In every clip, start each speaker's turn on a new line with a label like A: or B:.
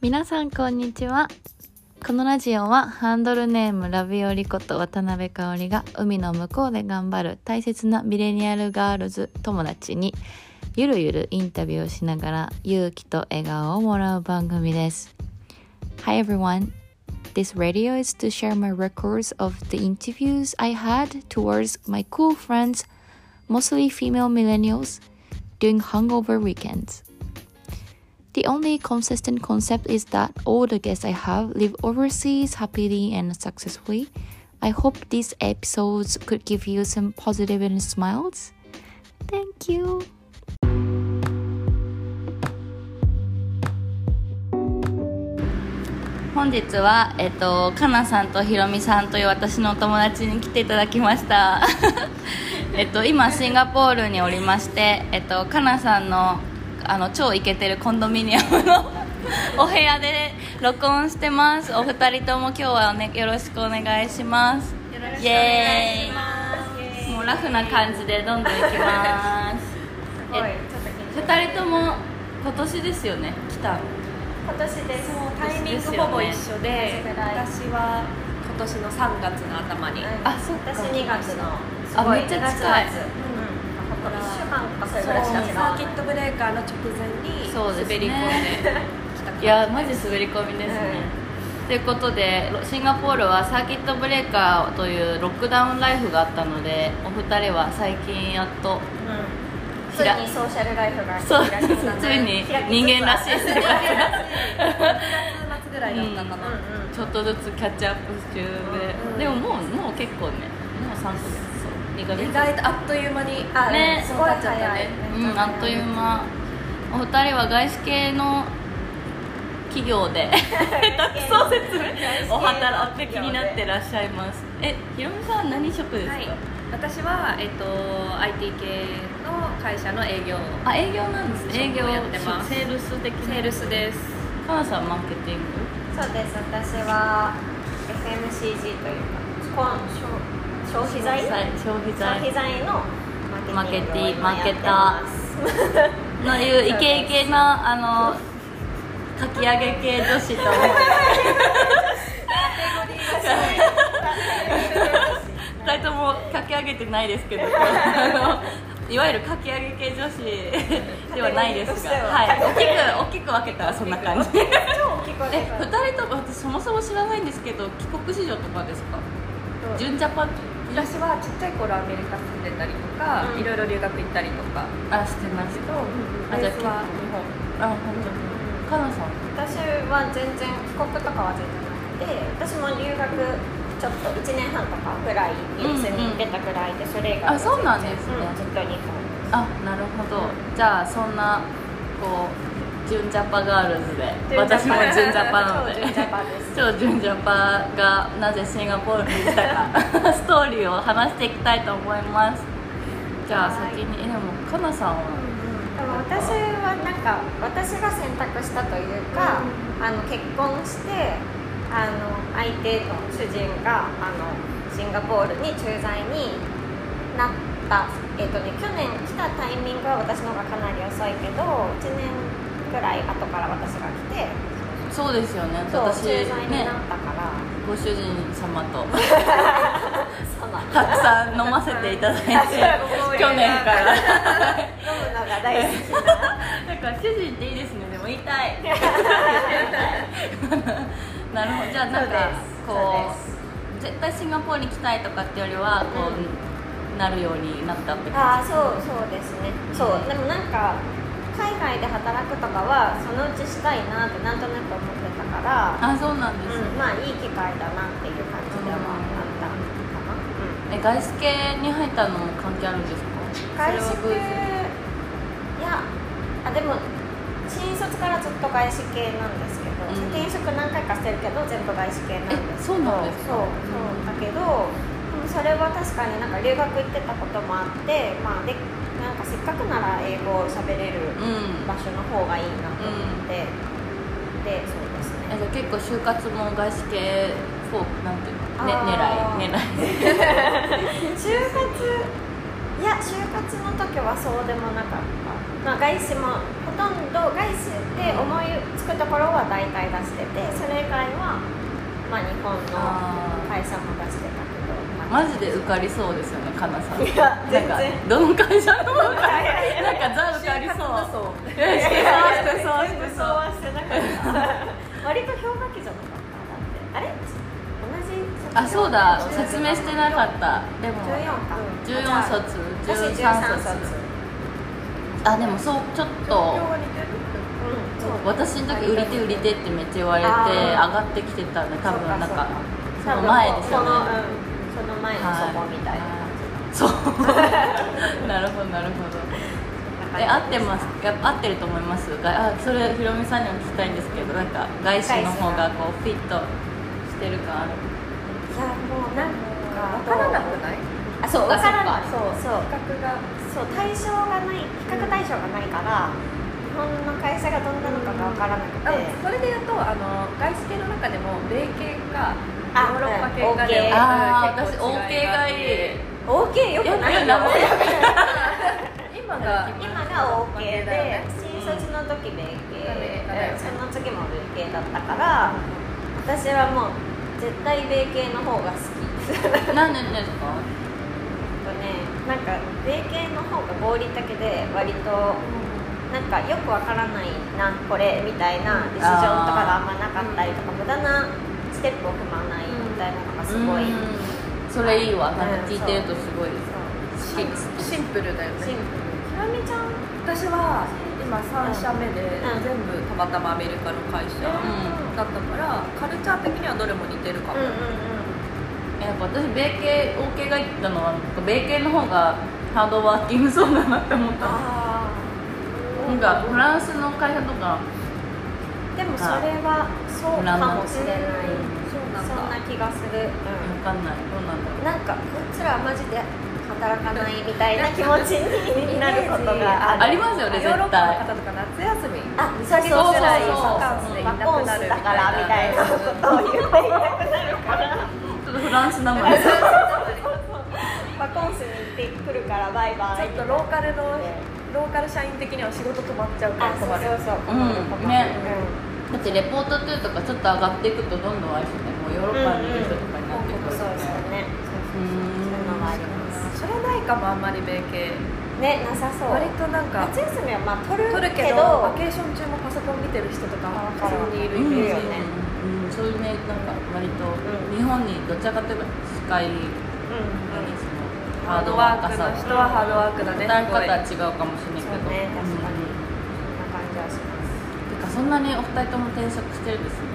A: 皆さんこんにちはこのラジオはハンドルネームラビオリこと渡辺香織が海の向こうで頑張る大切なミレニアルガールズ友達にゆるゆるインタビューをしながら勇気と笑顔をもらう番組です Hi everyone This radio is to share my records of the interviews I had towards my cool friends, mostly female millennials, during hungover weekends. The only consistent concept is that all the guests I have live overseas happily and successfully. I hope these episodes could give you some positive and smiles. Thank you. 本日は、えっと、かなさんとひろみさんという私のお友達に来ていただきました えっと今シンガポールにおりまして、えっと、かなさんのあの超イケてるコンドミニアムの お部屋で録音してますお二人とも今日はお、ね、よろしくお願いしますよろしくお願いしますもうラフな感じでどんどんいきます
B: すごい
A: え 二人とも今年ですよね来たの
B: 今年ですもうタイミン
A: です
B: グ
A: よね
B: ほぼ一緒で
C: 私は今年の3月の頭に、
A: あそっか
B: 私2月の
A: あめっちゃ近い
B: 2月うん
C: ら
B: 1週間とかそ
C: そう
B: れぐ
C: サ
B: らいしか
C: ーキットブレーカーの直前に
A: そうですね
C: 滑り込んできた感
A: い
C: じ
A: やマジ滑り込みですね、ということでロシンガポールはサーキットブレーカーというロックダウンライフがあったのでお二人は最近やっと
B: ついにソーシャルライフが
A: そう
B: 開きつつある
A: ついに人間らしい生 活が
C: 6月末ぐらいだったかな、
B: うんうん
A: ちょっとずつキャッチアップ中で、
C: うん
A: でももうもう結構ねもう3ヶ月2ヶ月
C: 意外とあっという間に
B: あ
A: ね
B: すご
C: そ
B: い
C: うなっちゃった
B: 早い
C: ね
A: うんあっという間お二人は外資系の企業で 下手くそ説明お働おきになってらっしゃいますえひろみさんは何職ですか、
C: はい私は、えっと IT 系の会社の営業
A: あ営業なんですね営業
C: そうやってます
A: セールス的
C: セ
A: な
C: ールスです
A: かなさんマーケティング
B: そうです私は FMCG というかこん消消費財
A: 消費
B: 消
A: 財
B: 費財のマーケティングを
A: マ
B: 今
A: ー
B: や
A: ケ
B: っ
A: ティ
B: て
A: マー
B: ます
A: のいうイケイケなあのかき揚げ系女子と思って2人ともかき上げてないですけどあのいわゆるかき揚げ系女子ではないですが、
B: カテゴリーとしては
A: はい、大きく大きく分けたらそんな感じえ
B: 超大きくね
A: 2人とも私そもそも知らないんですけど帰国子女とかですか純ジャパン
C: 私はちっちゃい頃アメリカ住んでたりとか、
B: うん
C: いろいろ留学行ったりとか
A: あしてます
C: けど
A: あじ
C: ベ
A: ゃあ
C: ースは日本
A: あ本当かなさん
B: 私は全然帰国とかは全然なくて私も留学ちょっと1年半とかぐらいイギリスに出たぐらいでそれ以外は
A: あそうなんですね
B: うんずっと日本
A: あなるほどじゃあそんなこう純ジャパガールズで
B: 純ジャパ
A: 私も純ジャパなので
B: 超純ジャパです
A: 超純ジャパがなぜシンガポールに来たか ストーリーを話していきたいと思いますじゃあ
B: はい
A: 先にえでもかなさんは
B: でも私はなんか私が選択したというか、あの結婚してあの相手の主人があのシンガポールに駐在になった、えっとね、去年来たタイミングは私の方がかなり遅いけど1年ぐらい後から私が来て
A: そうですよね
B: そう
A: 私
B: 駐在に
A: ね
B: なったから、
A: ご主人様 と
B: そうなんだ
A: たくさん飲ませていた だいて去年から
B: 飲むのが大好き
A: なんか主人っていいですねでも言いたい なるほどじゃあなんかこう絶対シンガポールに来たいとかってよりはこう、なるようになったって感
B: ああそうそうですねそうでもなんか海外で働くとかはそのうちしたいなってなんとなく思ってたから、
A: じあそうなんです、
B: うん、まあいい機会だなっていう感じではあったかな、うん
A: え外資系に入ったのも関係あるんですか
B: 外資
A: それ
B: 系い
A: は
B: やあでも新卒からずっと外資系なんです
A: う
B: けど、
A: ん
B: 転職何回かしてるけど全部外資系なんですけ
A: えそ
B: ど
A: うなんですかう
B: そうそ
A: ん
B: うだけど、でもそれは確かになんか留学行ってたこともあってまあでなんかせっかくなら英語を喋れる
A: 偶然うん
B: 場所の方がいいなと思って、でそうです
A: え
B: ね
A: じゃあ結構就活も外資系こうなんていうの、ね
B: あー、
A: 狙い狙い
B: 就活いや就活のの時はそうでもなかった、まあ、外資もほとんど外資って思いつくところは大体出しててそれ以外は、まあ、日本の会社も出してたけど
A: マジで受かりそうですよねかなさん
B: いや全然
A: なんかどの会社のもなんか
B: いやいやいや
A: ザ受かりそう
B: そう
A: いやしてそうしてそうして
B: 予
A: そう
B: 想はしてなかった割と氷河期じゃなかっただってあれ同じ
A: あそうだ説明してなかったでも
B: 14か
A: 14卒
B: 私
A: 13
B: 13
A: 卒
B: 卒
A: あでもそうちょっと
B: うんそう
A: 私の時売り手売り手ってめっちゃ言われて
B: あー
A: 上がってきてたんで多分なんかそ
B: 多
A: の
B: 分
A: 前ですよ
B: このうん
A: ね
B: その前の
A: はい
B: そこみたいな感じ
A: そう なるほどなるほどえ合ってますや合ってると思いますがあそれひろみさんにも聞きたいんですけどなんか外資の方がこうフィットしてる感ある
B: いやもうなんか
D: 分からなくない
B: あそう
A: あ
B: 分からない
A: そ
B: そうそう
D: 比較が
B: そう対象がない比較対象がないから日本の会社がどんなのかが分からなくて、
D: あそれでいうとあの外資系の中でも米系か
B: あ
D: ヨーロッパ系かで
B: うん
A: ああ
D: 結
A: 私
D: 構違
A: OK がいい
B: OK よくないよ
A: よくない
D: 今が
B: 今が OK
D: 米系
B: で、
D: だよね
B: 新卒の時米系、
D: 米系だよね
B: その次も米系だったから私はもう絶対米系の方が好きなんかね
A: 何年ですか
B: なんか米系の方が合理的で割となんかよくわからないなこれみたいなディシジョンとかがあんまなかったりとか無駄なステップを踏まないみたいなのがすご
A: う
B: い、
A: んそれいいわなんか聞いてるとすごい
B: そう
A: シン
D: シンプルだよ
B: シンプルひろみ
D: ね
B: ちゃん
D: 私は今3社目で
B: うん
D: 全部たまたまアメリカの会社だったからカルチャー的にはどれも似てるか
B: う
D: も、
B: んうん
A: やっぱ私米系 OK がいったのはなんか米系の方がハードワーキングそうだなって思った
B: あ
A: なんかフランスの会社とか
B: でもそれはそう
A: なんだ
B: かもしれない
D: そう
B: そ
D: なん
B: ん
D: だ
B: な気がする、
A: わかんないどうなんだろう
B: なんかこっちらはマジで働かないみたいな気持ちになることがある
A: ありますよね
D: ヨーロ
A: 絶
D: ッパの
A: 対
D: 方とか夏休み
B: あそうそうそ
A: そう
B: うそう
D: カンスでいなく
B: コン
D: なる
B: ス
D: み
B: だか
D: た
B: らみたい
D: い
B: な
D: な
B: ことを言っていなくなるから
A: ちょっとフランスなので
B: バコンスに行ってくるからバイバ
D: ちょ
B: イ
D: っとローカルの
B: ね
D: ローカル社員的には仕事止まっちゃうか
B: あ
D: ら
B: そう
D: 困
B: そ
D: る
B: うそう
A: うんねだってレポート2とかちょっと上がっていくとどんどんあれですよねもうヨーロッパにいる人とかになって
B: う
A: くる
B: んそうそうねそうそうそう
A: うん
B: そういうのはあります
D: それないかもあんまり米系
B: ねなさそう
D: 割となんか
B: 夏休みはまあ取る
D: 取るけ
B: け
D: ど
B: ど
D: バケーション中もパソコン見てる人とか
B: あわか
D: 普
B: る
D: 通にいる
A: うん
B: い
D: イメー
B: る
D: ジ
A: うんそう
B: よね
A: いうねなんか割
B: う
A: と
B: ん
A: 日本にどちらかといえば近い
B: うん
A: ハードワークさ
D: の人はハードワークだね
A: 答え方は違うかもしれないけ
B: そう
A: ど
B: ね確かに
A: うん
B: そんな感じはします
A: てかそんなにお二人とも転職してるんですね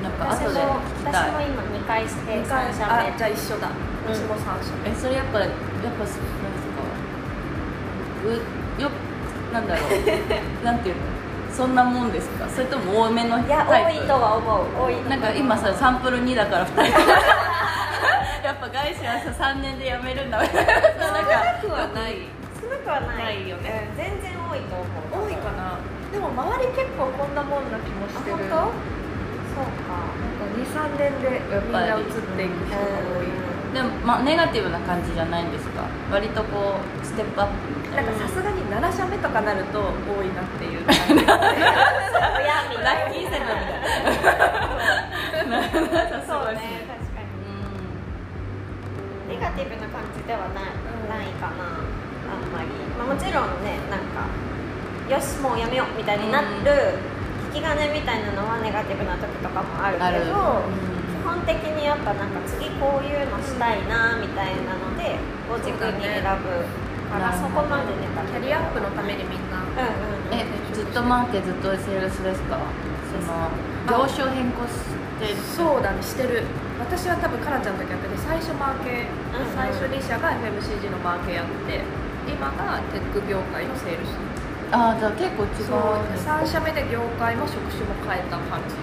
A: なんか
B: 私
A: 後で
B: も
A: 聞き
B: 私も
A: たい
B: 今2回して3
D: あ
B: 社目
D: じゃあ一緒だ
B: ん
D: 私も三社
A: え
D: 目
A: それやっぱやっぱそうなんですかうよなんだろ うなんていうのそんなもんですかそれとも多めの
B: いや
A: タ
B: 多
A: イプ
B: いとは思う多いと
A: なんか今さサンプル2だから2人 やっぱ外資はさ3年で辞めるんだみたいな
D: 少なくはない
B: 少なくはない
D: ないよね
B: うん全然多いと思う
D: 多いかなでも周り結構こんなもんな気もしてる
B: あ本当
D: なんか
B: そうか
D: 23年でみんな移っていく人が多い
A: でも、まあ、ネガティブな感じじゃないんですか割とこうステップアップみたいな
D: なんかさすがに7社目とかなると多いなって いう感じ
B: 親みたいな
A: ラッキーセットみたいな
B: そうね確かにネガティブな感じではない,、
D: うん
B: ないかなあんまり、まあ、もちろんねなんかよしもうやめようみたいになる引き金みたいなのはネガティブな時とかもある
A: ある
B: けど基本的にやっぱなんか次こういうのしたいなみたいなのでご自分に選ぶから
A: そうだね
B: そこまでネガ
D: キ
B: ティブ
D: ャリアアップのためにみんな
B: うんうん
A: えずっと待ってずっとセールスですかその業種を変更してる
D: そうだねしてる私は多分カラちゃんと逆で最初マー
B: う
D: ケ、
B: ん
D: 最初2社が FMCG のマーケやって今がテック業界のセールス
A: ああじゃあ結構違
D: そ
A: う
D: う
A: んですか
D: 3社目で業界も職種も変えた感じ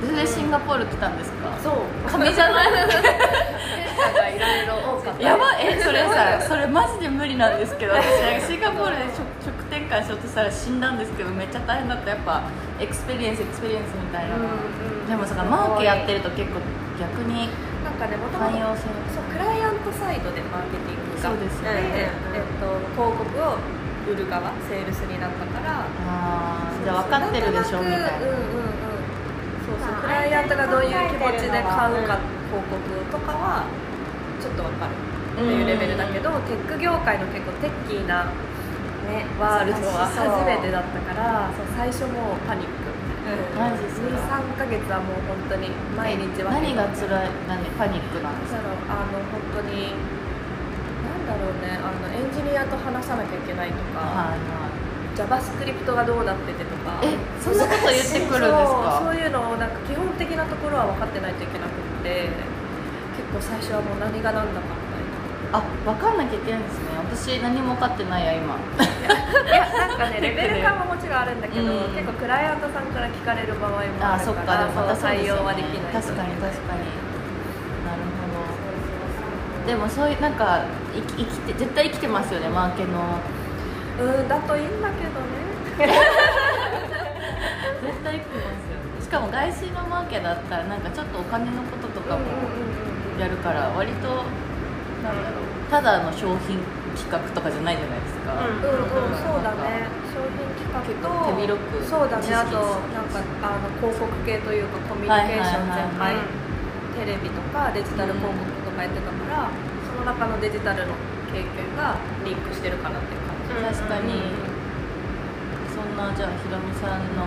A: それでシンガポール来たんですか
D: そう
A: 紙じゃない
D: 変化がいろいろ多かった
A: やばいえそれさそれマジで無理なんですけど私シンガポールで食食転換しようとしたら死んだんですけどめっちゃ大変だったやっぱエクスペリエンスエクスペリエンスみたいな、
D: うんうん
A: でもさマーケやってると結構逆に
D: なん中でもとも
A: 汎
D: と
A: 用性
D: そうクライアントサイドでマーケティングが
A: そうです
B: ね
D: えっと、広告を売る側セールスになったから
A: ああじゃあ分かってるでしょみたい
D: う
A: な
D: んうんうんそうそう
B: まあ
D: クライアントがどういう気持ちで買うか
B: うん
D: 広告とかはちょっとわかるっていうレベルだけどテック業界の結構テッキーな
B: ね
D: ワールドは初めてだったからそう最初もうパニック
A: マジっすか
D: 23ヶ月はもう本当に毎日は
A: 何が辛い何パニックなんですか
D: だろうあの本当になんだろうねあのエンジニアと話さなきゃいけないとか、
A: はい
D: JavaScript がどうなっててとか
A: えそんなこと言ってくるんです
D: そうそ
A: か
D: ういうのをなんか基本的なところは分かってないといけなくって結構最初はもう何が何だかみた
A: あ
D: いな
A: 分かんなきゃいけないんですね私何も分かってないや今
D: いやなんかね レベル感ももちろんあるんだけ
A: う
D: ど、
A: ん
D: 結構クライアントさんから聞かれる場合も
A: あ
D: あるから
A: そっかでもまた
D: そ
A: そう
D: う
A: です
D: 対
A: よね
D: 応はできない
A: 確かに確
D: に
A: かになるほどでもそういうなんか生き生きて絶対生きてますよねマーケの
D: うんだといいんだけどね
A: 絶対生きてますよしかも外資のマーケだったらなんかちょっとお金のこととかもやるから割となんだろうただの商品企画とかじゃないじゃないですか、
D: うんうんそうだね商品企画と
A: 結構手広く
D: そうだ
A: 知識
D: ねあとなんかあの広告系というかコミュニケーション全
A: はいはいはい
D: 般テレビとかデジタル広告とかやってたから、その中のデジタルの経験がリンクしてるかなっていう感じ
A: 確かに、そんなじゃあひろみさんの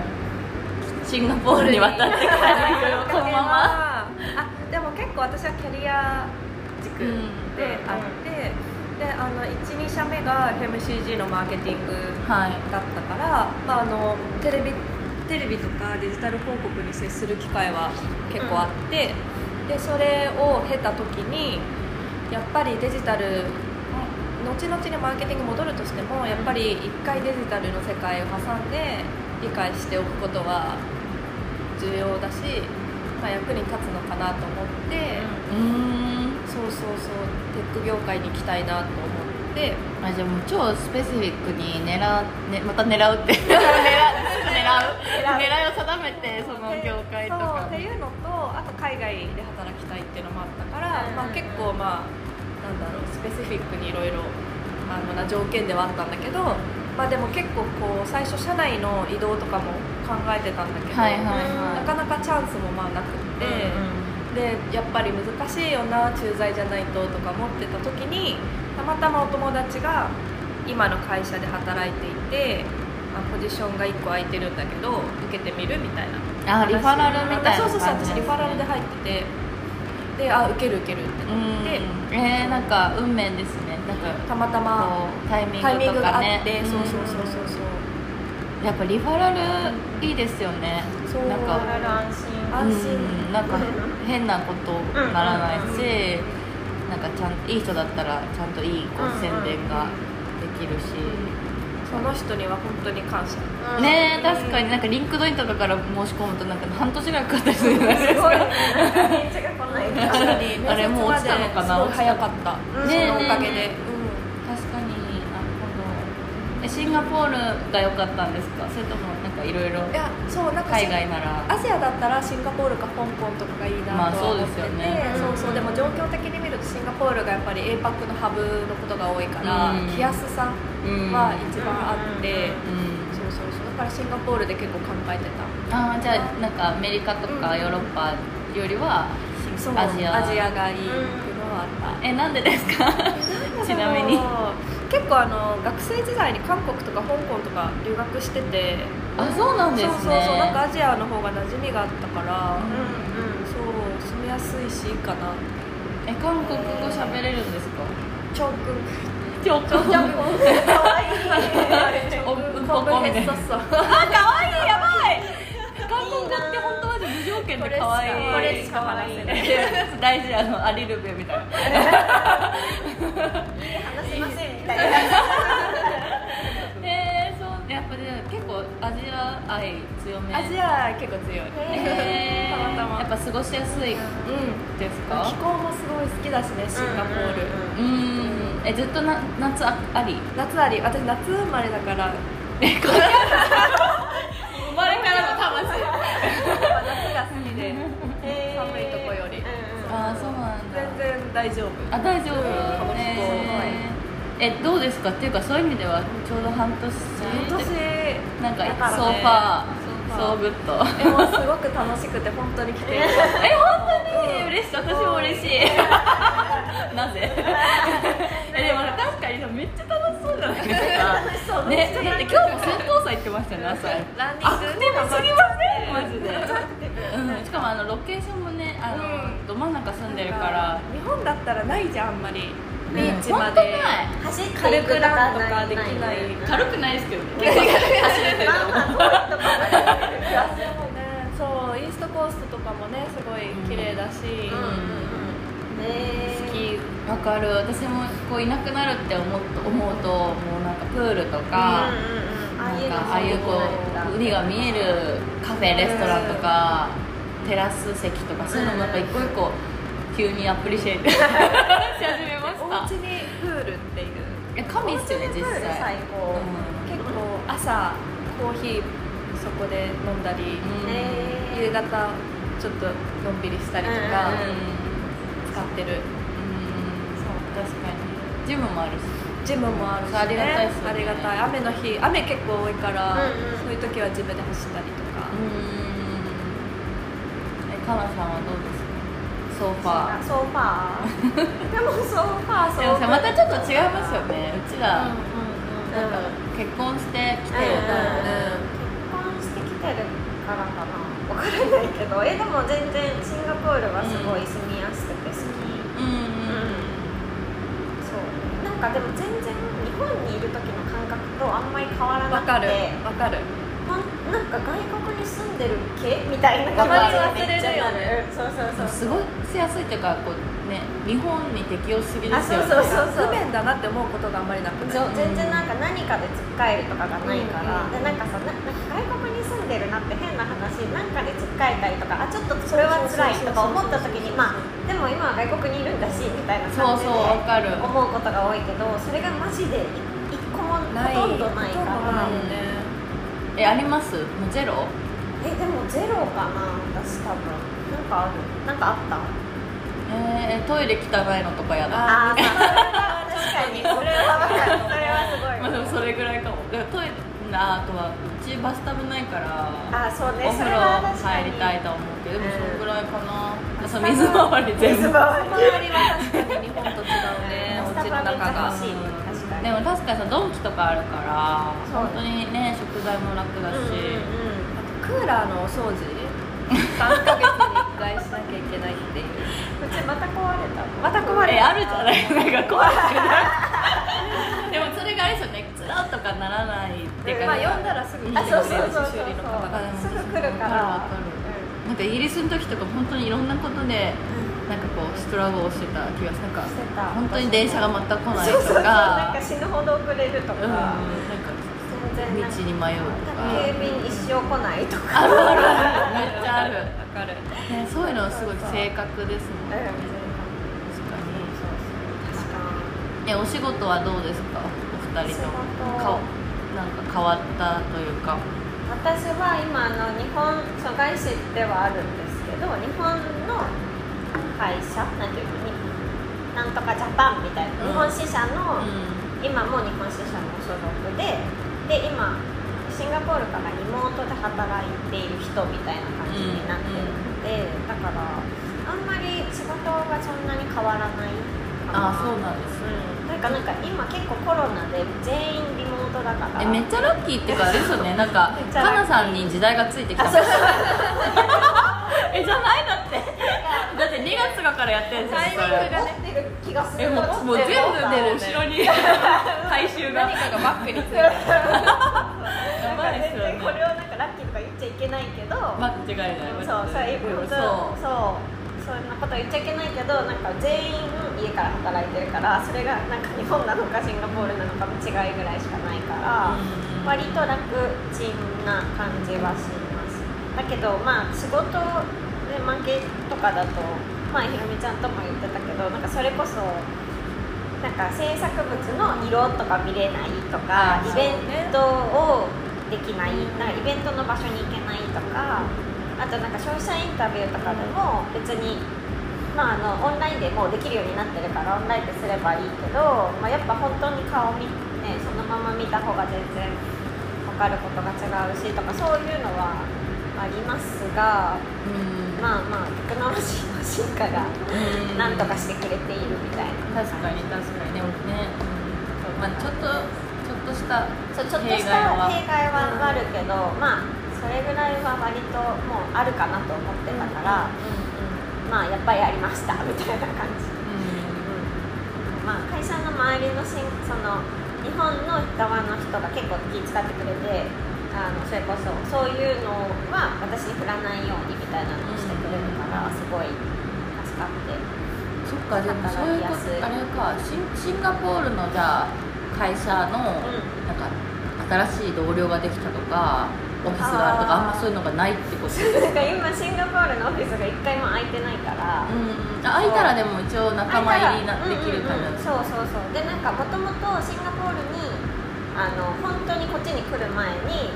A: シンガポールに渡ってからこのまま
D: まあでも結構私はキャリア軸であって、であの12社目が FMCG のマーケティング
A: はい
D: だったから、まあ、あのテレビテレビとかデジタル広告に接する機会は結構あって、でそれを経た時にやっぱりデジタル後々にマーケティング戻るとしてもやっぱり一回デジタルの世界を挟んで理解しておくことは重要だし、まあ、役に立つのかなと思って、
A: うーん
D: そうそうそうテック業界に行きたいなと思って。
A: あじゃあもう超スペシフィックに狙う、ね、また狙 うって狙う狙う狙いを定めてその業界と
D: そう
A: か
D: っていうのとあと海外で働きたいっていうのもあったから、
B: うん
D: まあ、結構まあなんだろうスペシフィックにいろいろあのな条件ではあったんだけど、まあ、でも結構こう最初社内の移動とかも考えてたんだけど、
A: はいはい
D: な
A: は
D: かなかチャンスもまあなくって、
A: い、
D: でやっぱり難しいよな駐在じゃないととか思ってた時にたまたまお友達が今の会社で働いていてあポジションが1個空いてるんだけど受けてみるみたいな
A: あリファラルみたいな感じ
D: そうそうそう
A: です
D: 私
A: ね
D: リファラルで入っててであ受ける受けるって
A: う
D: なっ
A: ん
D: て、
A: えー、なんか運命ですねなんか
D: たまたま
A: こうタイミ
D: タイミ
A: ン
D: ン
A: グ
D: グ
A: と
D: が
A: か
D: あっ
A: ね
D: て、そうそうそうそうそう
A: うんやっぱリファラルいいですよね
D: そう
A: なん
B: あ
A: か
B: らら安心
D: 安心
A: うんなんか変なことならないし、なんかちゃんといい人だったらちゃんといいこう宣伝ができるし、
D: その人には本当に感謝
A: ねえ確かになんかリンクドインとかから申し込むとなんか半年ぐらいかかったりするじゃないです
B: す
A: か
B: ごい
A: 確か
B: 返事が来ないから
A: にあれもう落ちたのかな
D: 面接まですごい早かった、
B: うん
D: そのおかげで、
A: ね確かになるほどえシンガポールが良かったんですかそれともなんかいろいろ
D: うんいやそうなんか
A: 海外なら
D: アジアだったらシンガポールか香港とかがいい
A: ま
D: な
A: あ
D: とは思って
A: そうですよ
D: て、
A: ね
D: そうそう
B: うん
D: でも状況的に見るとシンガポールがやっぱり APAC のハブのことが多いから、
A: うん
D: 来やすさ
A: うん
D: は一番あって、
A: うん
D: そうそうそうだからシンガポールで結構考えてた
A: あーじゃあなんかアメリカとかヨーロッパよりは
D: そう
A: アジア
D: がいいっていうのはあった、
A: えなんでですかちなみに
D: 結構あの学生時代に韓国とか香港とか留学してて
A: あそうなんですね
D: そうそうそうなんかアジアの方が馴染みがあったから、
B: うん
D: そう住みやすいしいいかな
A: え韓国語喋れるんですか
D: チョーク
A: 超超
D: チョーク
B: 可愛い
A: おうん
D: コ
A: こ
D: ン
A: こ
D: ブ
A: み
D: ヘ
A: た
D: ッ
A: い
D: ソ
A: な
D: ッソ
A: 韓国語って本当は無条件で可愛い
D: これしか話せない
A: いや大事あのアリルベみたいな
B: 話しませんみたいな
A: えー、そうやっぱじゃあ結構アジア愛強め
D: アジア結構強い
A: えー、
D: たまたま
A: やっぱ過ごしやすい
D: うん
A: です
D: 気
A: か
D: 候もすごい好きだしねシンガポール、
A: うんえずっとな夏ああり
D: 夏あり私夏生まれだから
A: 生まれからの魂
D: 夏が好きで寒いとこより
A: ああそうなん
E: 大丈夫
A: あ大丈夫
E: うん
A: ねえどうですかっていうかそういう意味ではちょうど半年
D: 今年
A: なんか
D: だからね
A: ソーファ
D: ソ
A: ー
D: ーファー
A: ソーグッド
D: えもうすごく楽しくて本当に来ている
A: え本当に嬉しい私も嬉しい なぜえでも確かにめっちゃ楽しそうじゃないです かねだって今日も戦闘祭行ってましたよね朝
D: ランニングね
A: すぎませんマジで、うん、しかもあのロケーションもねあの、ど真ん中住んでるから
D: 日本だったらないじゃんあんまりビ
A: ね
D: ーチま
A: ほんと
D: で
A: ない
B: 走っていく
D: 軽くランと
B: と
D: か
B: か
D: できない
B: ね
A: 軽くないですけどね結構走れてる
B: まあまあそうだとか
D: ねそうイーストコーストとかもねすごい綺麗だし、
B: うんうんうんね
A: 好きわかる私もこういなくなるって思うと思うともうなんかプールとか、
B: うんうんうんあ
A: な
B: あ
A: ん
B: いうの
A: かああいうこう海が見えるカフェレストランとか、テラス席とかそういうのもなんか一個一個急にアプリシ ェイトし始めま
D: お家
A: した
D: にプールっていう
A: いや神っすよね実
B: プール
A: 際
B: 最高
A: うん
D: 結構朝コーヒーそこで飲んだり、
A: うん
B: ね
D: 夕方ちょっとのんびりしたりとか使ってる、
A: うん
D: そう
A: 確かにジムもあるし
D: ジムもあるし、ね、
A: ありがたいっすよね
D: ありがたい雨の日雨結構多いから、
B: うんうん
D: そういう時はジムで走ったりとか、
A: えかなさんはどうですか ソーファー
B: ソーファーでもソーファーソ
A: でも
B: ーフ
A: さ
B: ァー
A: またちょっと違いますよねうちら、
B: うん
A: なんか結婚してきて、
B: 結婚してきてるからかな分からないけどえでも全然シンガポールはすごい住みやすくて好き、
A: うんうん
B: そうなんかでも全然日本にいる時の感覚とあんまり変わらな
D: わ
B: く
D: かる
B: て
D: わかる
B: なんなんか外国に住んでる系みたいな感じ
D: たまに忘れるよね
B: うんそうそうそう
A: すごいしやすいっていうかこうね日本に適応しすぎですよね
B: あそうそう
D: 不便だなって思うことがあんまりなく
B: そ
D: な
B: う全然なんか何かでつっかえるとかがないから、でなんかさななんか外国に住んでるなって変な話なんかでつっかえたりとかあちょっとそれは辛いとか思った時にまあでも今は外国にいるんだしみたいな
A: そう
B: 感じ
A: そ
B: で
A: うわかる
B: 思うことが多いけどそれがマジで一個もほ
D: ない
B: とんどないか
D: ほとんど
B: ら
D: ないよね、
A: えありますもうゼロ
B: えでもゼロかな私多分なんかあるなんかあった
A: えー、トイレ汚いのとかやだ
B: ああーそれは確 かにそれは分かるそれはすごい
A: まあでもそれぐらいかもだからトイレああとはうちバスタブないから
B: あーそうね
A: お
B: そ
A: 風
B: れ
A: 呂
B: は確か
A: 入
B: に
A: りたいとは思うけどでも
B: うん
A: そのぐらいかなそう水回り全部
B: 水回り
D: 周りは確かに日本と違う ねお
B: スタ
D: 家の
B: バめっち
D: 中
B: ゃ
D: が
B: 欲しい確か
A: でも
B: に
A: 確かにさドンキとかあるから
B: そう
A: 本当にね食材も楽だし、
D: クーラーのお掃除3ヶ月に1回しなきゃいけないっていう
B: うちまた壊れた
D: また
A: こ
D: 壊
A: れ
D: れ
A: あるじゃないなんか怖いでもそれがあれですよねずらっとかならないっていうか、
D: まあ呼んだらすぐ来
B: あ
D: て
B: そう
D: く
B: そう
D: れる
B: そうそう
D: し修理の方が
B: すぐ来るから
A: わかるなんかイギリスの時とか本当にいろんなことで
B: うん
A: なんかこうストラゴをしてた気がするなんか
B: してた
A: 本当に電車が全く来ない
B: そう
A: と
B: そうそうなん
A: か
B: か死ぬほど遅れると
A: うんなん
B: か
A: か
B: 全
A: 道
B: 然な
A: に
B: ん
A: 迷う
B: か
A: とか
B: 警備員一生来ないとか
A: あるあるあるめっちゃある、
D: わかる
A: ね、そういうのすごい正確ですもん
B: うん
A: ね確かにえお仕事はどうですかお二人とも
B: お仕
A: か
B: 事
A: なんか変わったというか
B: 私は今あの日本所外市ではあるんですけど日本の会社なんていうのになんとかジャパンみたいな、
A: うん
B: 日本支社の、
A: う
B: 今もう日本支社の所属でで今シンガポールからリモートで働いている人みたいな感じになってるので、だからあんまり仕事がそんなに変わらないかな
A: あーそうなんです
B: うんなんかなんか今結構コロナで全員リモートだから
A: えめっちゃラッキーっていうかあれですよねなんか
B: めっちゃラッキー
A: かなさんに時代がついてきたもん えじゃないだってだって2月だからやってるんですよ
D: タ
A: そ
D: イミング
A: れ
D: がね
B: 持ってる気がす
A: え
B: る
A: もうもう全部ね後ろに回収が
D: 何かがバックについてる
A: やばいっすよ
B: 全然これ
A: ね
B: をなんかラッキーとか言っちゃいけないけど、
A: 間違いない
B: そうそう
A: そう
B: そうそんなこと言っちゃいけないけどなんか全員家から働いてるからそれがなんか日本なのかシンガポールなのかの違いぐらいしかないから、
A: うん
B: 割と楽ちんな感じはしますだけどまあ仕事で負けとかだとまあひろみちゃんとも言ってたけどなんかそれこそなんか制作物の色とか見れないとか、イベントをできない、なんかイベントの場所に行けないとかあとなんか消費者インタビューとかでも別にまあ、あのオンラインでもうできるようになってるからオンラインですればいいけど、まあ、やっぱ本当に顔見、ね、そのまま見た方が全然わかることが違うしとかそういうのはありますが、まあまあテクノロジーの進化がなんとかしてくれているみたいな。
A: 確かに確かにでもね、うんまあ、ちょっとちょっとした
B: そうちょっと
A: 弊
B: し
A: 害
B: た
A: は
B: 弊害はあるけど、まあそれぐらいは割ともうあるかなと思ってたから、まあやっぱりありましたみたいな感じ、まあ、会社の周りのしんその日本の側の人が結構気使ってくれてあのそれこそそういうのは私に振らないようにみたいなのをしてくれるからすごい助かって。
A: そっかでもそういうこと
B: 働きやすい
A: あれかシンシンガポールのじゃあ会社のなんか新しい同僚ができたとかオフィスがあるとか
B: あー
A: あんまそういうのがないってこと
B: なんか今シンガポールのオフィスが一回も空いてないから、
A: うんあ空いたらでも一応仲間入りなできる感じなんで
B: うんうんうん
A: す
B: そうそうそうでなんかもともとシンガポールにあの本当にこっちに来る前に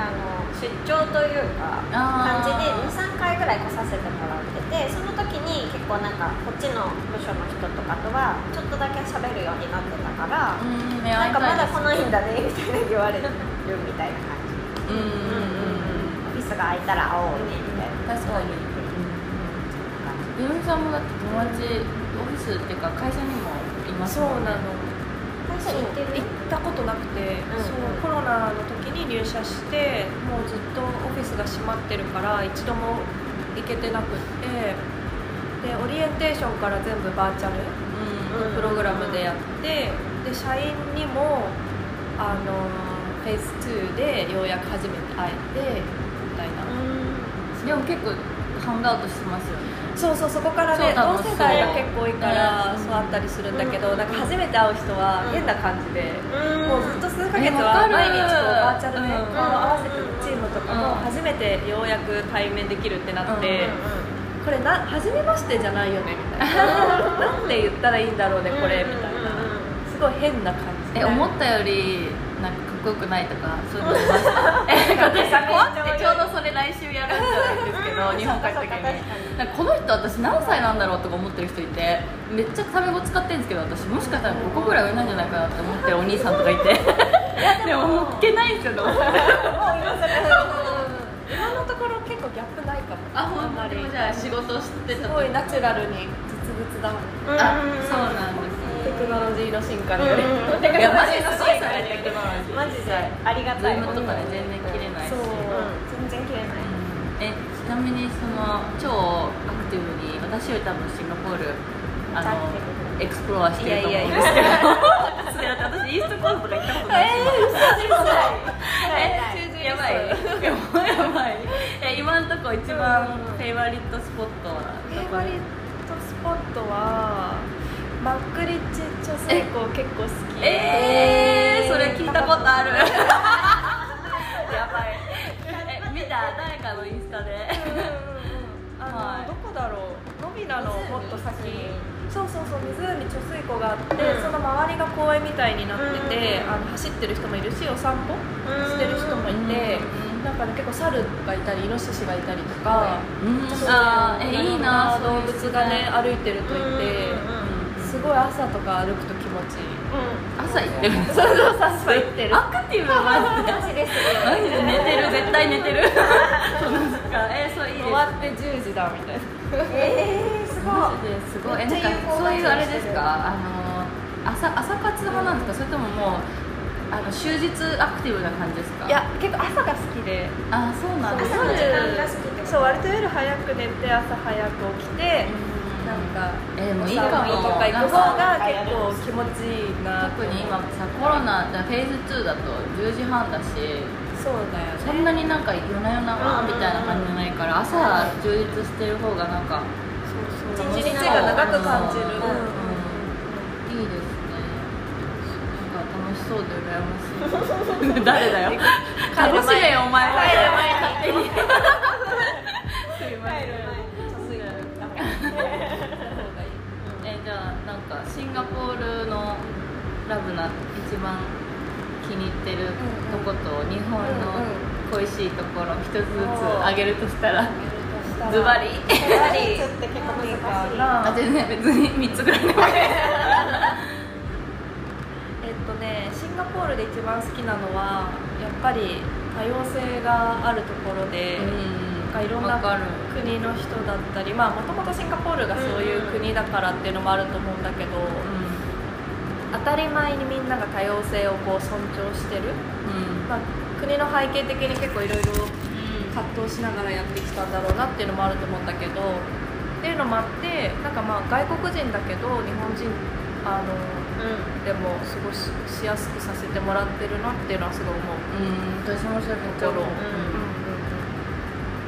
B: あの出張というか
A: あ
B: 感じ
A: ー
B: で23回ぐらい来させてもらっててその時に結構なんかこっちの部署の人とかとはちょっとだけ喋るようになってたから、
A: うんね
B: な
A: 会い
B: んかま
A: たいで
B: だ
A: す
B: 来ないんだねみたいな言われるみたいな感
A: うんうんうん
B: じ、うんうんうん、オフィスが空いたら会おうねみたいな
A: 確かにゆるみさんもだって友達オフィスっていうか会社にもいます
D: そう
A: もんね
D: なの
B: 会社に行ってる
D: 行ったことなく
B: ん
D: て、そうコロナの時に入社してもうずっとオフィスが閉まってるから一度も行けてなくってでオリエンテーションから全部バーチャル
B: うん
D: プログラムでやってで社員にもあのフェイス2でようやく初めて会えてみたいな、
A: うんでも結構ハンガアウトしてますよね
D: そうそうそこから
A: そ
D: ね
A: う多
D: 同
A: 分
D: 世代が結構多いから
A: そう
D: そうあったりするんだけど、
B: うん
D: なんか初めて会う人は変な感じで。
B: うん
D: もうずっと数ヶ月
A: えわか
D: は
A: る
D: 毎日こうバーチャルで
A: うん
D: 顔を合わせてるチームとかも
A: うん
D: 初めてようやく対面できるってなっ
B: うん
D: て
B: うん
D: これな初めましてじゃないよねみた いななんて言ったらいいんだろうねこれみたい
B: うんうんうん
D: なすごい変な感じ
A: え思ったよりなんかかっこよくないとかそういうのありましたえ私さ怖くてちょうどそれ来週やるんじゃないんですけど日本帰った時になんかこの人私何歳なんだろうとか思ってる人いてめっちゃタメ語使ってるんですけど私もしかしたら5個ぐらい上なんじゃないかなって思ってるお兄さんとかいてでももう聞けないんですよと思って
D: 今のところ結構ギャップないかも
A: あ本当
D: ま
A: に
D: り
A: でもじゃあ仕事してた
D: す
A: と
D: ごいナチュラルに実物だもん
B: うんうん
A: あ
B: うん
A: そうなんです
D: テクノロジーの進化により
B: うんうんうん
D: テクノロジーの進化
A: いやマジですごい
B: マジ
A: テクノロジー
B: マジでありが
A: ズ
B: たい
A: ームとかで全然切れないし
D: そう
B: うん全然切れない
A: えちなみにその超アクティブに私より多分シンガポールあ
B: アク
A: の
B: ティ
A: エクスプロアしてると思うん
D: いや
A: ですけどそれだって私イーストコースとか行ったことないし
B: はい
A: えやばいやばいやばいえ今んとこ一番フェイバリットスポットは
D: フェイバリットスポットはマックリッチ女性校結構好き
A: えー、それ聞いたことあるやばいえ見た誰かのインスタでは
D: あ
A: い
D: のどこだろうノビナのもっと先
B: 湖
D: そうそうそう湖貯水湖があって、
B: うん
D: その周りが公園みたいになってて、
B: うん
D: あの走ってる人もいるしお散歩してる人もいて、なんかね結構猿がいたりイノシシがいたりとか、
A: うん
D: そう
A: あーえ
D: ろ
A: いい
D: ん
A: な
D: 動物がね歩いてるといて、
A: うん
D: すごい朝とか歩くと気持ちいい
A: 朝行 ってる
D: そうそうそうそう言ってる
A: アクティブマジでマジで寝てる絶対寝て るその時間えそういいです
D: 終わって10時だみたいな
B: えーすごい
A: すごいえ
B: めっちゃ
A: なんか
B: 有効
A: そういうあれ
B: 活用してる
A: ですかあの朝朝活派なんですかそれとももうあの終日アクティブな感じですか
D: いや結構朝が好きで
A: あそうなんです
B: 朝の時間が好きってこと
D: そう割と夜早く寝て朝早く起きてなんか
A: えーもういい
D: お
A: か
D: 散
A: も
D: 歩とか行く方が結構気持ちいいな
A: 特に今さコロナだフェーズ2だと10時半だし
D: そうだよ
A: そんなになんか夜な夜なわーみたいな感じじゃないから朝充実してる方がなんか
D: 一日が長く感じ
A: う
D: る、
A: んいいですねなんか楽しそうで羨ましい誰だよ楽しめよお前帰る前勝手にえじゃあなんかシンガポールのラブな一番気に入ってるとこと日本の恋しいところ一つずつあげるとしたら、
D: えっと
B: したら
A: ズバリ
B: ズバリって結構難しい
A: あ全然別に3つぐらいでもいい
D: えっとねシンガポールで一番好きなのはやっぱり多様性があるところで、なんかいろんな
A: わかる
D: 国の人だったりまあもともとシンガポールがそういう国だからっていうのもあると思うんだけど、当たり前にみんなが多様性をこう尊重してる、まあ、国の背景的に結構いろいろ葛藤しながらやってきたんだろうなっていうのもあると思うんだけどっていうのもあってなんかまあ外国人だけど日本人あの
B: う
D: でも過ごししやすくさせてもらってるなっていうのはすごい思
A: う
D: う、
A: ん私もそれめっちゃ思う
B: うん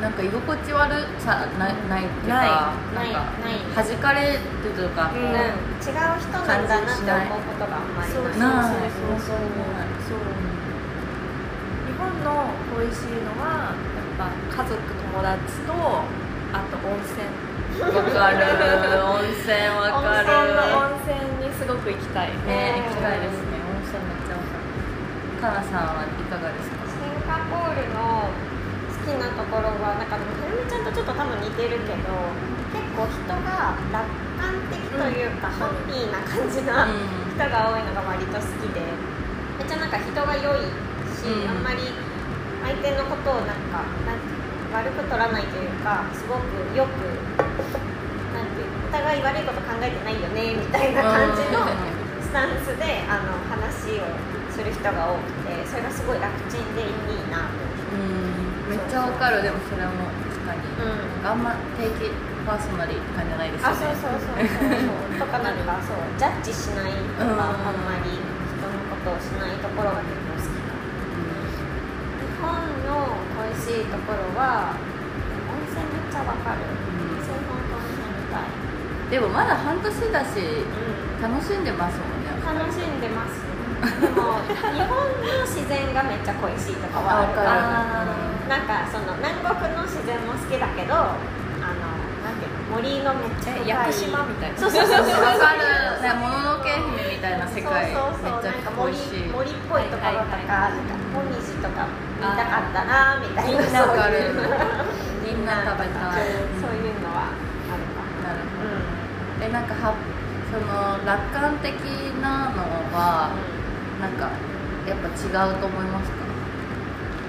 A: なんか居心地悪さなないっていうか
B: んない
A: なんか
B: ない
A: 弾かれるというか、
B: うん違う人なんだなって思うことがあんま
A: ない
B: りない
D: そうそうそうそう日本の美味しいのはやっぱ家族友達とあと温泉
A: わかる温泉わか
D: 温泉
A: る
D: の温泉にすごく行きたい
A: ね行きたいですね温泉めっちゃわかるかなさんはいかがですか
B: シンガポールの好きなところはなんかでもひろみちゃんとちょっと多分似てるけど結構人が楽観的というか、ハッピーな感じな人が多いのが割と好きでめっちゃなんか人が良いし、
A: うん
B: あんまり相手のことをなんかなんていうの悪く取らないというかすごくよくなんていうのお互い悪いこと考えてないよねみたいな感じの。スタンスであの話をする人が多くてそれがすごい楽ちんでいいなと
A: うんめっちゃわかるでもそれも確かに、
B: ん
A: あんま定期パーソナリーって感じじゃないですよ
B: あ
A: ね
B: そうそうそうそうそうとかなんかそうジャッジしないと
A: うん
B: かあんまり人のことをしないところが結構好きかな日本の恋しいところは温泉めっちゃわかる
A: ん
B: 温泉本当温泉みたい、
A: でもまだ半年だし
B: うん、
A: 楽しんでますもんね
B: 楽しんでますでも日本の自然がめっちゃ恋しいとかはあるか
A: あわか
B: ら
A: る
B: なんかその南国の自然も好きだけどあのなんていうの森のめっちゃ深い
D: 屋久島みたいな
B: そうそうそう そう
A: わかるねもののけ姫みたいな世界
B: そうそうそう
A: めっ
B: な
A: ち
B: んか
A: ゃ美
B: 森
A: 味しい
B: 森っぽいところとか、なんかモミジとか見たかったなみたい
A: み
B: な
A: んなわかる
B: そうい
A: み
B: う
A: んな食べたい
B: そういうのはあるか
A: なるほ
B: な
A: どえなんかはその楽観的なのはなんかやっぱ違うと思いますか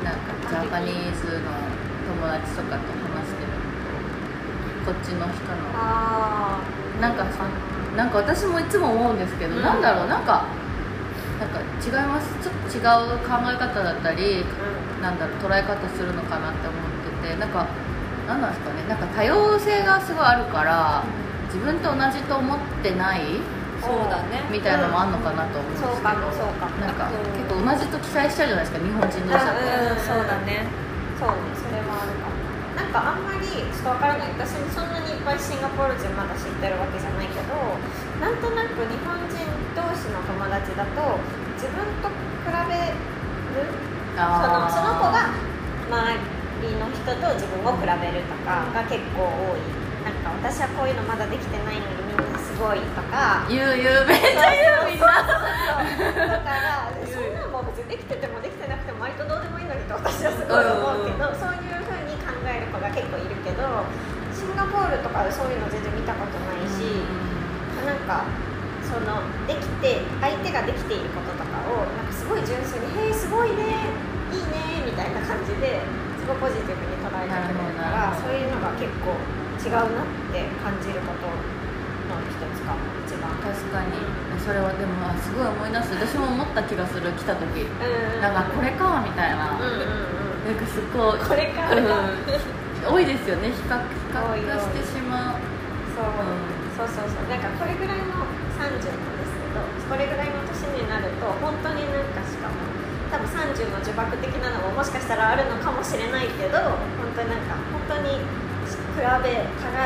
A: なんかジャパニーズの友達とかと話してるのとこっちの人の
B: あ
A: なんかそなんか私もいつも思うんですけど、
B: うん
A: なんだろうなんかなんか違いますちょっと違う考え方だったり
B: ーう
A: なんだろう捉え方するのかなって思っててなんかなんなんですかねなんか多様性がすごいあるから自分と同じと思ってない
D: そうだね
A: みたいなのもあんのかなと思うんです
B: ん
A: け
B: そう
A: ど、
B: かもそうかも
A: なんか
B: うん
A: 結構同じと記載しちゃうじゃないですか日本人同士だと、
B: うん
D: そうだね
B: そうねそれはあるかもなんかあんまりちょっとわからない私もそんなにいっぱいシンガポール人まだ知ってるわけじゃないけどなんとなく日本人同士の友達だと自分と比べるそのその子が周りの人と自分を比べるとかが結構多いなんか私はこういうのまだできてないのにみんなすごいとか
A: 言う言うめっちゃ言うみんな
B: だからそんなんもう別にできててもできてなくても割とどうでもいいのにと私はすごい思うけどそういうふうに考える子が結構いるけどシンガポールとかでそういうの全然見たことないし、なんかそのできて相手ができていることとかをなんかすごい純粋に「へえすごいねいいね」みたいな感じですごいポジティブに捉えてくれるから
A: なるほどなるほど
B: そういうのが結構違うなって感じることの一つかも一番。
A: 確かにそれはでもすごい思い出す私も思った気がする来た時
B: うん
A: なんかこれかみたいな、
B: うんうんうん
A: なんかすごい
B: これか
A: うん
B: らが、
A: 多いですよね比較比
B: 多い
A: 較が
B: 多い
A: してしまう
B: そうそうそうそうなんかこれぐらいの30なんですけどこれぐらいの年になると本当になんかしかも多分30の呪縛的なのももしかしたらあるのかもしれないけど本当になんか本当に比べたが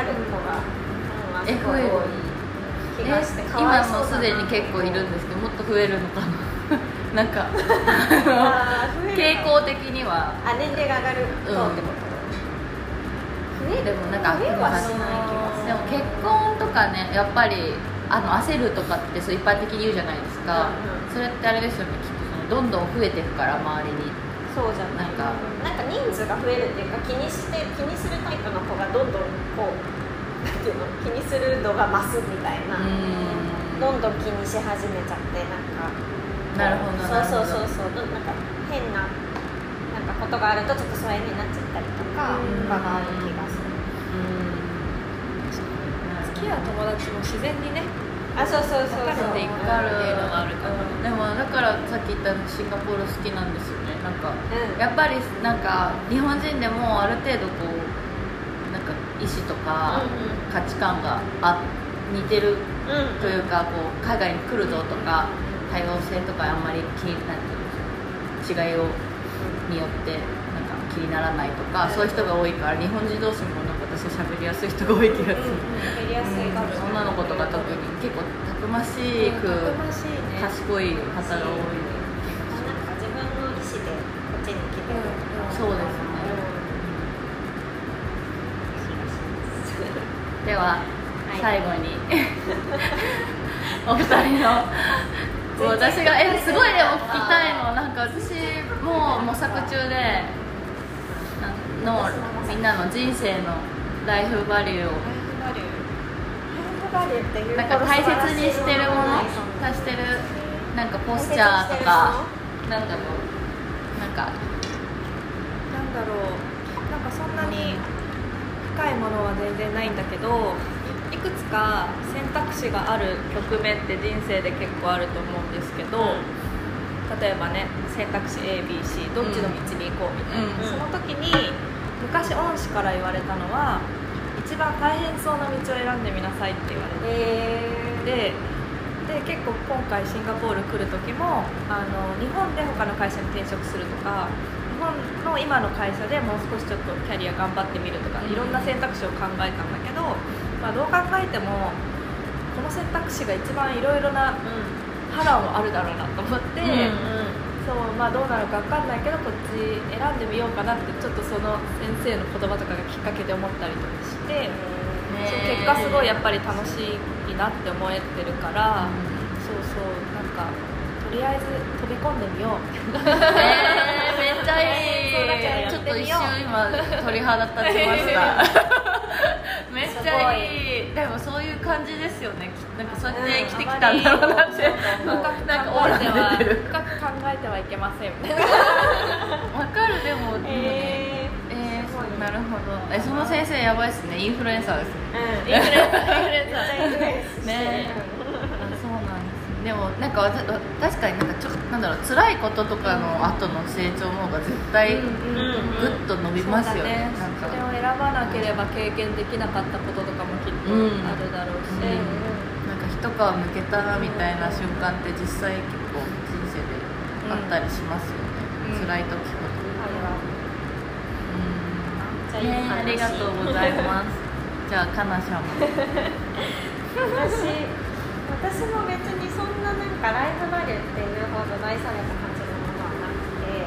B: る子が、うん、すごい多い気がし
A: え
B: てかわ
A: 今
B: いそ
A: もう
B: うだ
A: す
B: な
A: でに結構いるんですけどもっと増えるのかな なんか
B: あー増える
A: 傾向的には
B: あ年齢が上がるとってこと、増え
A: で
B: る
A: もなんか
B: 増えはしない気がす
A: でも結
B: る
A: 婚とかねやっぱりあの焦るとかってそう一般的に言うじゃないですか、
B: うんうん
A: それってあれですよねきっとそのどんどん増えていくから周りに
B: そうじゃない
A: なんか
B: なんか人数が増えるっていうか気にして気にするタイプの子がどんどんこうなんていうの気にするのが増すみたいな、
A: うん
B: どんどん気にし始めちゃってなんか
A: なるほどなるほど
B: そうそうそうそうどなんか変ななんかことがあるとちょっと疎遠になっちゃったりとか
A: うん
B: 場がある気がする、
D: 好きや友達も自然にね
B: あそうそうそう
D: わ
B: そう
D: かる
A: わかるっていうのがあるかなでもだからさっき言ったシンガポール好きなんですよねなんか
B: うん
A: やっぱりなんか日本人でもある程度こうなんか意思とか
B: う
A: 価値観があ似てる
B: んうん
A: というかこう海外に来るぞとか多様性とかあんまり気になんていうの違いをによってなんか気にならないとかそういう人が多いから日本人同士もなんか私喋りやすい人が多い気がする、
B: やりやすいかもしれな
A: 女
B: い
A: の子とか特に結構たくましく、
D: ましいね
A: 賢い方が多い
B: なんか自分の意思でこっちに来てる
A: そうですね では、
B: い
A: 最後に お二人のもう私がえすごいでも聞きたいのなんか私もう模索中でなのみんなの人生のライフバリューをなんか大切にしてるもの足してるなんかポスチャーとかなんだろうなんか
D: なんだろうなんかそんなに深いものは全然ないんだけどいいくつか選択肢がある局面って人生で結構あると思うんですけど、例えばね選択肢 ABC どっちの道に行こうみたい
B: う
D: な、
B: ん
D: その時に昔恩師から言われたのは一番大変そうな道を選んでみなさいって言われて。
B: え
D: でで結構今回シンガポール来る時もあの日本で他の会社に転職するとか日本の今の会社でもう少しちょっとキャリア頑張ってみるとかいろんな選択肢を考えたんだけど、まあ、どう考えてもこの選択肢が一番いろいろな波乱もあるだろうなと思って、
A: うん
D: そうまあ、どうなるか分かんないけどこっち選んでみようかなってちょっとその先生の言葉とかがきっかけで思ったりとかして。そう結果すごいやっぱり楽しいなって思えてるから、そうそうなんかとりあえず飛び込んでみよう
A: えー、めっちゃいい、
D: そうだからや
A: ちょ
D: っ
A: ってと一
D: みよう
A: 瞬今鳥肌立ちました めっちゃいいでもそういう感じですよねきなんかそうやって生きてきたんだろうなって、
D: 深く考
A: なんかオーラ
D: えて
A: が
D: は
A: 出てる
D: 深く考えてはいけませんみたいな
A: わかるでも、えーそうなるほどえその先生やばいっすねインフルエンサーですねねあそうなんですねでもなんかわたわ確かになんかちょなんだろう辛いこととかの後の成長の方が絶対グッと伸びますよね、
D: そ
A: なん
D: う
A: か
D: だねそれを選ばなければ経験できなかったこととかもきっと
A: うん
D: あるだろうし、
A: なんか一皮むけたなみたいな瞬間って実際結構人生であったりしますよね、
D: うん
A: 辛い時ほど、うんねありがとうござい ますじゃあかなしゃんも
B: 私私も別にそんななんかライフバリューっていうほど大それた感じのものはなくて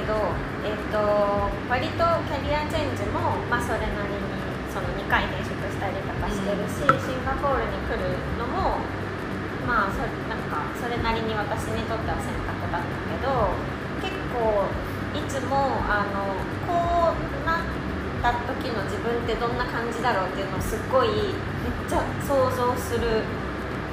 B: だけど、えっと割とキャリアチェンジも、まあ、それなりにその2回転職したりとかしてるし、シンガポールに来るのもまあそなんかそれなりに私にとっては選択だったけど結構いつもあのこうなった時の自分ってどんな感じだろうっていうのをすっごいめっちゃ想像する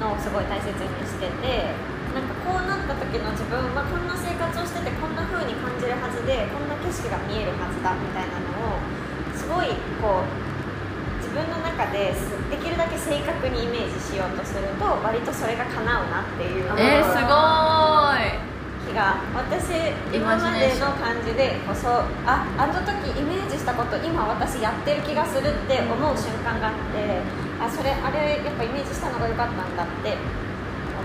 B: のをすごい大切にしててなんかこうなった時の自分はこんな生活をしててこんな風に感じるはずでこんな景色が見えるはずだみたいなのをすごいこう自分の中ですできるだけ正確にイメージしようとすると割とそれが叶うなっていう
A: えー、すご
B: 気が私
A: イ
B: 今
A: マジ
B: ま
A: ネー
B: で
A: ショ
B: の感じでこうそうああの時イメージしたこと今私やってる気がするって思う瞬間があってあそれあれやっぱイメージしたのが良かったんだって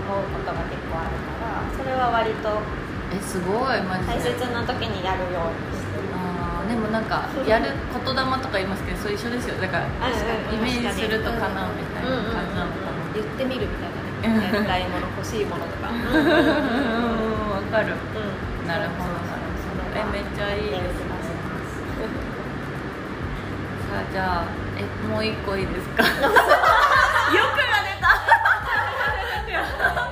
B: 思うことが結構あるからそれは割と
A: いえすごいマジで
B: 大切な時にやるようにしてる
A: あーでもなんかやる言霊とか言いますけどそれ一緒ですよだから
B: うん
A: イメージすると叶うみたいな感じなのかな
D: 言ってみるみたいなねやりたいもの欲しいものと
A: う
D: か
A: んわかる
B: うん
A: なるほどなるほどえめっちゃいい
B: い
A: ですねさあじゃあえもう一個いい ですか欲が出たなんか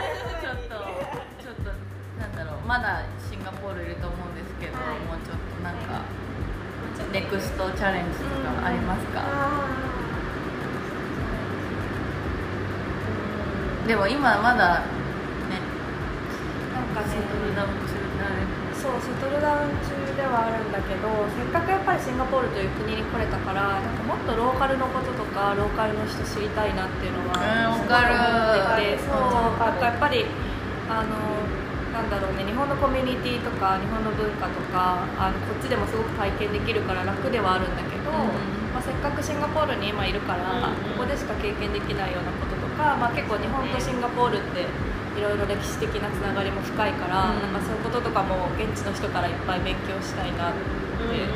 A: ちょっとちょっとなんだろうまだシンガポールいると思うんですけど、
B: はい
A: もうちょっとなんか、
B: は
A: ネクストチャレンジとかありますか、
B: あ
A: でも今まだね
D: なんか
A: シ
D: ね
A: ントルダム中であれ
D: そうシャトルダウン中ではあるんだけどせっかくやっぱりシンガポールという国に来れたからなんかもっとローカルのこととかローカルの人知りたいなっていうの
A: うん
D: はすごく
A: わかる
D: 思っててそうなんかやっぱりあのなんだろうね日本のコミュニティとか日本の文化とかあのこっちでもすごく体験できるから楽ではあるんだけど、
A: うん
D: まあ、せっかくシンガポールに今いるから、
B: うん
D: ここでしか経験できないようなこととか、まあ、結構日本とシンガポールっていろいろ歴史的なつながりも深いから、
A: うん
D: なんかそういうこととかも現地の人からいっぱい勉強したいなっていう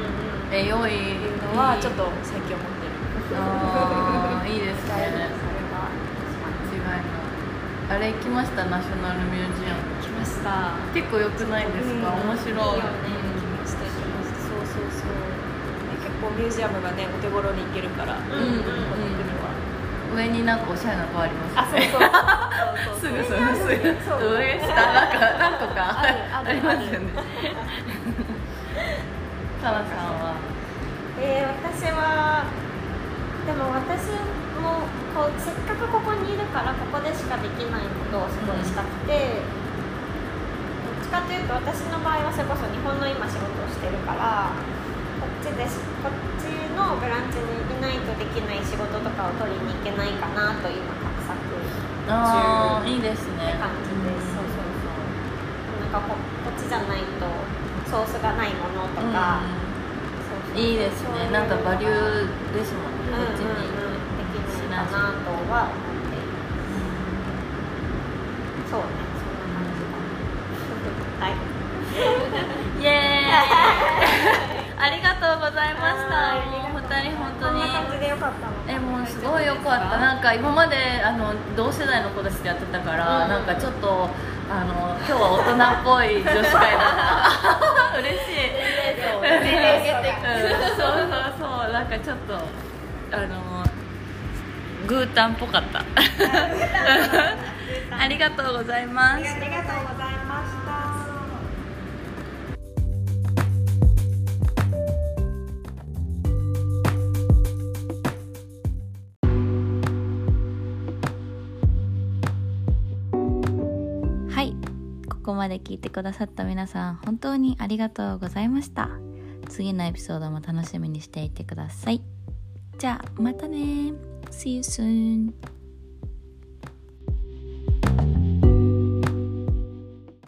A: え良い
D: のはちょっと最近思ってる、
A: あーいいです
B: だいぶそれ
A: ね
B: は
A: 違いないあれ行きましたナショナルミュージアム
D: 来ました
A: 結構良くないですか、
D: うん
A: 面白い
B: いいよね
D: 来ました来ましたそうそうそうね結構ミュージアムがねお手頃に行けるか
B: う
D: ら、
B: ん
A: うんうん
B: うん
A: うん上になんかおしゃれなとこあります
D: あそうそうそうそう
A: す
D: そ
A: ぐそ
D: う
A: れすぐ
B: そう
A: 上下なんか何個か
D: あるある
A: ありますよねかなさんは
B: えー、私はでも私もこうせっかくここにいるからここでしかできないことをすごいしたくて、どっちかというと私の場合はそれこそ日本の今仕事をしてるからこっちでしこっちのブランチにいないとできない仕事とかを取りに行けないかなと今画策って
A: あーいいですね
B: 感じです、そうそうそうなんかここっちじゃないとソースがないものとか、そうそ
A: う
B: う
A: んいいです
B: そういう
A: ね
B: の
A: なんかバリュ
B: が
A: ーですもん
B: うんうんうんできないかなとは思っています。うんうんうん
A: ねこっちに
B: そうね、そんな感じだ。はい。
A: イ エーイありがとうございましたもうお二人本当
B: こん
A: に
B: な感じでよかった
A: え
B: の。
A: もうすごいよかったなんか今まであの同世代の子たちでやってたから、
B: うん
A: なんかちょっとあの今日は大人っぽい女子会だった 嬉しいそうそうそうそうなんかちょっとあのグータンっぽかった ありがとうございます
B: ありがとうございました。
F: はいここまで聞いてくださった皆さん本当にありがとうございました次のエピソードも楽しみにしていてくださいじゃあまたね See you soon